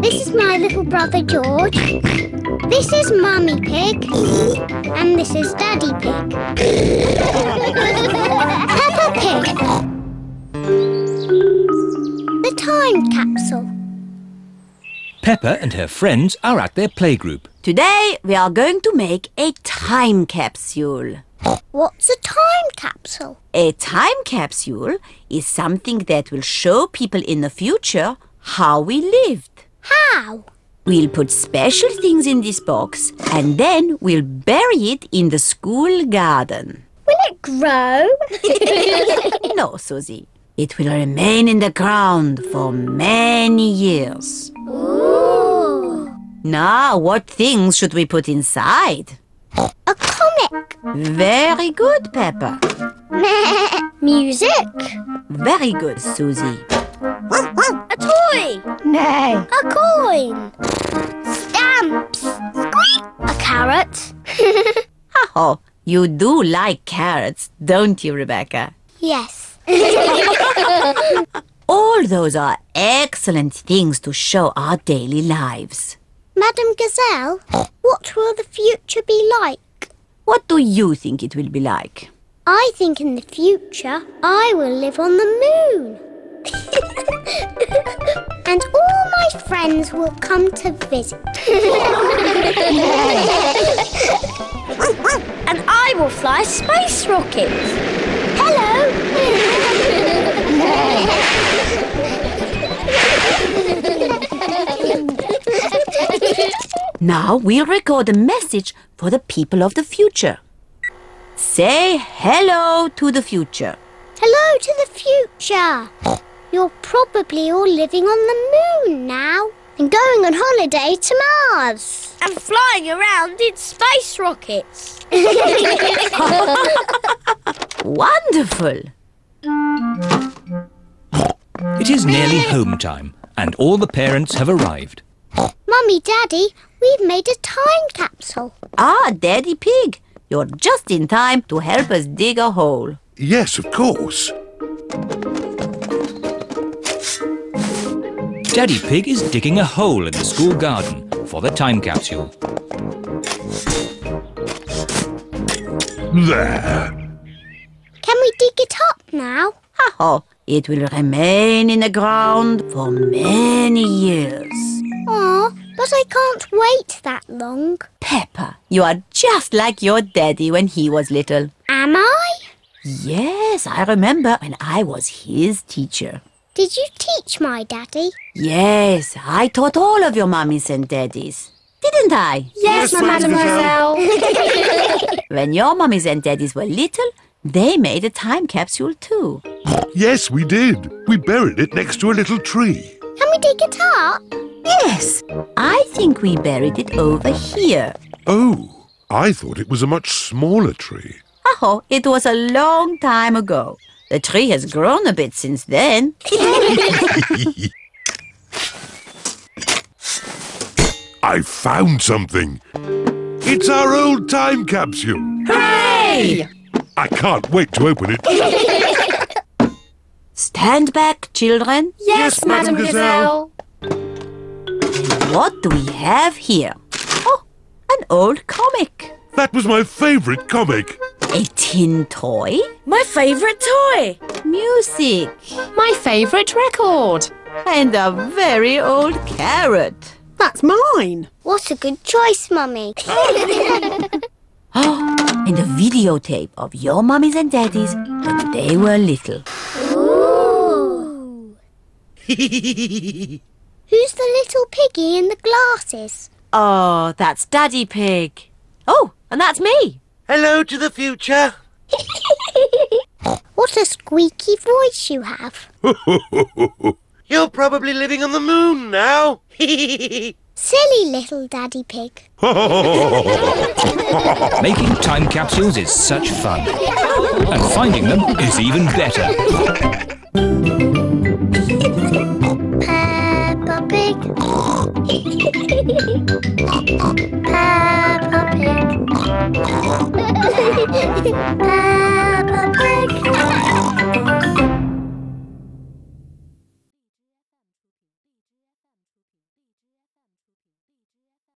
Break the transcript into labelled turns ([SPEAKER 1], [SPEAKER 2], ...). [SPEAKER 1] This is my little brother George. This is Mummy Pig. And this is Daddy Pig. Peppa Pig. The Time Capsule.
[SPEAKER 2] Peppa and her friends are at their playgroup.
[SPEAKER 3] Today we are going to make a time capsule.
[SPEAKER 1] What's a time capsule?
[SPEAKER 3] A time capsule is something that will show people in the future how we lived.
[SPEAKER 1] How?
[SPEAKER 3] We'll put special things in this box and then we'll bury it in the school garden.
[SPEAKER 1] Will it grow?
[SPEAKER 3] No, Susie. It will remain in the ground for many years.
[SPEAKER 1] Ooh.
[SPEAKER 3] Now, what things should we put inside?
[SPEAKER 1] A comic.
[SPEAKER 3] Very good, Peppa.
[SPEAKER 1] Music.
[SPEAKER 3] Very good, Susie.
[SPEAKER 1] A toy.
[SPEAKER 4] No.
[SPEAKER 1] A coin. Stamps. Squeak. A carrot.
[SPEAKER 3] Oh, you do like carrots, don't you, Rebecca?
[SPEAKER 1] yes.
[SPEAKER 3] All those are excellent things to show our daily lives.
[SPEAKER 1] Madam Gazelle, what will the future be like?
[SPEAKER 3] What do you think it will be like?
[SPEAKER 1] I think in the future I will live on the moon. and all my friends will come to visit. and I will fly space rockets. Hello.
[SPEAKER 3] Now we'll record a message for the people of the future. Say hello to the future.
[SPEAKER 1] Hello to the future. You're probably all living on the moon now and going on holiday to Mars.
[SPEAKER 4] And flying around in space rockets.
[SPEAKER 3] Wonderful!
[SPEAKER 2] It is nearly home time, and all the parents have arrived.
[SPEAKER 1] Mummy, Daddy, we've made a time capsule.
[SPEAKER 3] Ah, Daddy Pig, you're just in time to help us dig a hole.
[SPEAKER 5] Yes, of course.
[SPEAKER 2] Daddy Pig is digging a hole in the school garden for the time capsule.
[SPEAKER 5] There.
[SPEAKER 1] Can we dig it up now?
[SPEAKER 3] Oh, it will remain in the ground for many years.
[SPEAKER 1] Aw, but I can't wait that long.
[SPEAKER 3] Peppa, you are just like your daddy when he was little.
[SPEAKER 1] Am I?
[SPEAKER 3] Yes, I remember when I was his teacher.
[SPEAKER 1] Did you teach my daddy?
[SPEAKER 3] Yes, I taught all of your mummies and daddies. Didn't I?
[SPEAKER 4] Yes, Madam Gazelle.
[SPEAKER 3] When your mummies and daddies were little, they made a time capsule too.
[SPEAKER 5] Yes, we did. We buried it next to a little tree.
[SPEAKER 1] Can we dig it up?
[SPEAKER 3] Yes, I think we buried it over here.
[SPEAKER 5] Oh, I thought it was a much smaller tree.
[SPEAKER 3] Oh, it was a long time ago. The tree has grown a bit since then.
[SPEAKER 5] I found something. It's our old time capsule.
[SPEAKER 3] Hey!
[SPEAKER 5] I can't wait to open it.
[SPEAKER 3] Stand back, children.
[SPEAKER 5] Yes, Madam Gazelle.
[SPEAKER 3] What do we have here? Oh, an old comic.
[SPEAKER 5] That was my favourite comic.
[SPEAKER 3] A tin toy?
[SPEAKER 4] My favourite toy.
[SPEAKER 3] Music.
[SPEAKER 4] My favourite record.
[SPEAKER 3] And a very old carrot.
[SPEAKER 6] That's mine.
[SPEAKER 1] What a good choice, Mummy.
[SPEAKER 3] Oh, and a videotape of your mummies and daddies when they were little.
[SPEAKER 1] Ooh. Who's the little piggy in the glasses?
[SPEAKER 3] Oh, that's Daddy Pig. Oh, and that's me.
[SPEAKER 7] Hello to the future.
[SPEAKER 1] What a squeaky voice you have.
[SPEAKER 7] You're probably living on the moon now.
[SPEAKER 1] Silly little Daddy Pig.
[SPEAKER 2] Making time capsules is such fun, and finding them is even better.